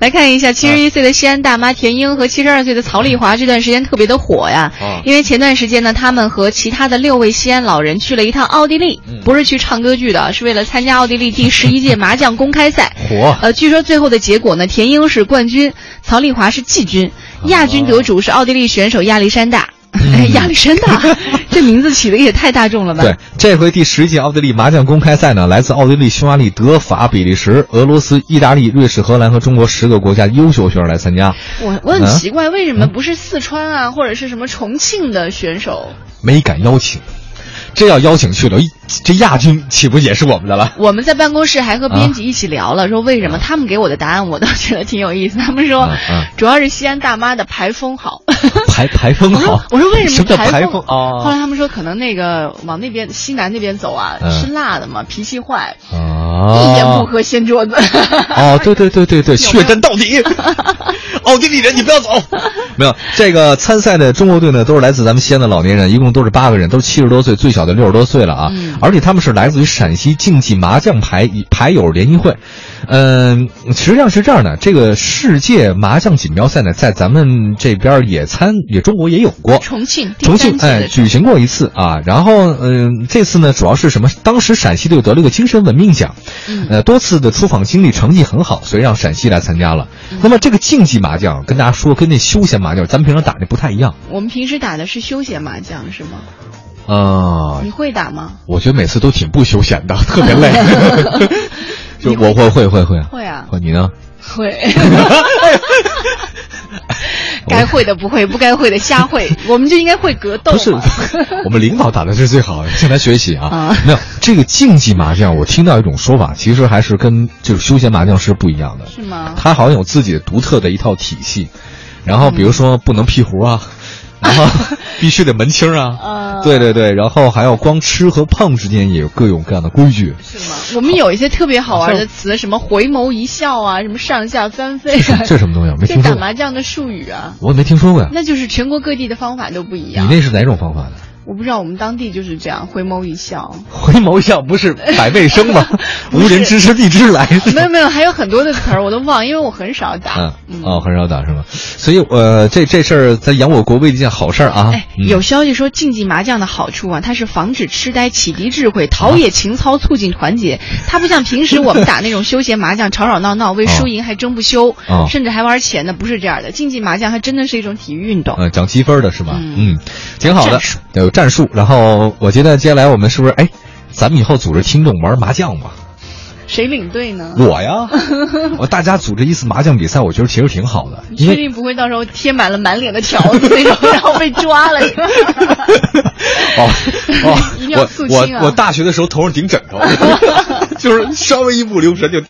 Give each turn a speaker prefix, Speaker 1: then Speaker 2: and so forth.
Speaker 1: 来看
Speaker 2: 啊
Speaker 1: 一下七十一岁的西安大妈田英和七十二岁的曹丽华这段时间特别的火呀，
Speaker 2: 啊
Speaker 1: 因为前段时间呢，他们和其他的六位西安老人去了一趟奥地利，
Speaker 2: 嗯
Speaker 1: 不是去唱歌剧的，是为了参加奥地利第十一届麻将公开赛。
Speaker 2: 火
Speaker 1: 呃，据说最后的结果呢，田英是冠军，曹丽华是季军，
Speaker 2: 啊
Speaker 1: 亚军得主是奥地利选手亚历山大。哎， 亚历山 大，这名字起的也太大众了吧？
Speaker 2: 嗯对，这回第十届奥地利麻将公开赛呢，来自奥地利、匈牙利、德法、比利时、俄罗斯、意大利、瑞士、荷兰和中国十个国家优秀选手来参加，
Speaker 1: 我我很
Speaker 2: 嗯
Speaker 1: 奇怪，为什么不是四川啊，或者是什么重庆的选手？
Speaker 2: 没敢邀请。这要邀请去了，一这亚军岂不也是我们的了？
Speaker 1: 我们在办公室还和编辑一起聊
Speaker 2: 啊
Speaker 1: 了，说为什么他们给我的答案我倒觉得挺有意思。 他们说
Speaker 2: 嗯嗯，
Speaker 1: 主要是西安大妈的排风好。
Speaker 2: 排排风
Speaker 1: 我说
Speaker 2: 好，
Speaker 1: 我说为
Speaker 2: 啊什么叫
Speaker 1: 排
Speaker 2: 排风哦
Speaker 1: 后来他们说可能那个往那边西南那边走啊，
Speaker 2: 嗯
Speaker 1: 吃辣的嘛，脾气坏，
Speaker 2: 啊！
Speaker 1: 一言不合掀桌 子。
Speaker 2: 哦，对对对对
Speaker 1: 有没
Speaker 2: 对，
Speaker 1: 有
Speaker 2: 血战到 底！奥地利人，你不要走！没有这个参赛的中国队呢，都是来自咱们西安的老年人，一共都是八个人，都是七十多岁，最小的六十多岁了啊！
Speaker 1: 嗯
Speaker 2: 而且他们是来自于陕西竞技麻将牌牌友联谊会。嗯，实际上是这样的，这个世界麻将锦标赛呢，在咱们这边儿也参也中国也有过，
Speaker 1: 重庆，第
Speaker 2: 重
Speaker 1: 三
Speaker 2: 庆
Speaker 1: 届
Speaker 2: 哎
Speaker 1: 的
Speaker 2: 举行过一次啊，然后嗯、这次呢主要是什么？当时陕西队得了一个精神文明奖，
Speaker 1: 嗯
Speaker 2: 呃多次的出访经历成绩很好，所以让陕西来参加了。那么这个竞技麻将跟大家说，跟那休闲麻将咱们平常打的不太一样
Speaker 1: 我们平时打的是休闲麻将是吗？
Speaker 2: 啊、
Speaker 1: 你会打吗？
Speaker 2: 我觉得每次都挺不休闲的，特别累。 就我会会会会啊
Speaker 1: 会啊
Speaker 2: 会你呢？
Speaker 1: 会。 该会的不会，不该会的瞎 会，我们就应该会格斗
Speaker 2: 不是
Speaker 1: 嘛。，
Speaker 2: 我们领导打的是最好的，向他学习啊。
Speaker 1: 啊
Speaker 2: 没有这个竞技麻将，我听到一种说法，其实还是跟就是休闲麻将是不一样的。
Speaker 1: 是吗？
Speaker 2: 它好像有自己独特的一套体系，然后比如说不能劈胡啊，然后必须得门清啊。
Speaker 1: 呃，
Speaker 2: 对对对，然后还有光吃和碰之间也有各种各样的规矩，
Speaker 1: 是吗？我们有一些特别好玩的词，什么回眸一笑啊，什么上下翻飞啊，
Speaker 2: 这 什么东西啊没
Speaker 1: 这
Speaker 2: 听
Speaker 1: 打
Speaker 2: 说过
Speaker 1: 麻将的术语啊，
Speaker 2: 我也没听说过呀。
Speaker 1: 那就是全国各地的方法都不一
Speaker 2: 你
Speaker 1: 样。
Speaker 2: 那是哪种方法呢？
Speaker 1: 我不知道我们当地就是这样，回眸一笑。
Speaker 2: 回眸笑不是百倍生吗？ 无人知是地知来。
Speaker 1: 没有没有，还有很多的词儿我都忘了，因为我很少
Speaker 2: 嗯
Speaker 1: 打。嗯，
Speaker 2: 哦，很少打是吗？所以呃，这这事儿在扬我国威的一件好事儿啊。
Speaker 1: 哎，
Speaker 2: 嗯
Speaker 1: 有消息说竞技麻将的好处啊，它是防止痴呆、启迪智慧、陶
Speaker 2: 啊
Speaker 1: 冶情操、促进团结。它不像平时我们打那种休闲麻将，吵吵闹闹，
Speaker 2: 啊
Speaker 1: 为输赢还争不休，
Speaker 2: 哦
Speaker 1: 甚至还玩钱的，不是这样的。竞技麻将它真的是一种体育运动。
Speaker 2: 嗯，讲积分的是吧？
Speaker 1: 嗯
Speaker 2: 嗯，挺好的
Speaker 1: 战术，
Speaker 2: 有战术。然后我觉得接下来我们是不是哎，咱们以后组织听众玩麻将吧？
Speaker 1: 谁领队呢？
Speaker 2: 我呀，我大家组织一次麻将比赛，我觉得其实挺好的，
Speaker 1: 你
Speaker 2: 因
Speaker 1: 确
Speaker 2: 为
Speaker 1: 定不会到时候贴满了满脸的条子那种，然后被抓了？
Speaker 2: 哦哦
Speaker 1: 一定，要肃
Speaker 2: 我
Speaker 1: 清啊
Speaker 2: 我我大学的时候头上顶枕头，就是稍微一不留神就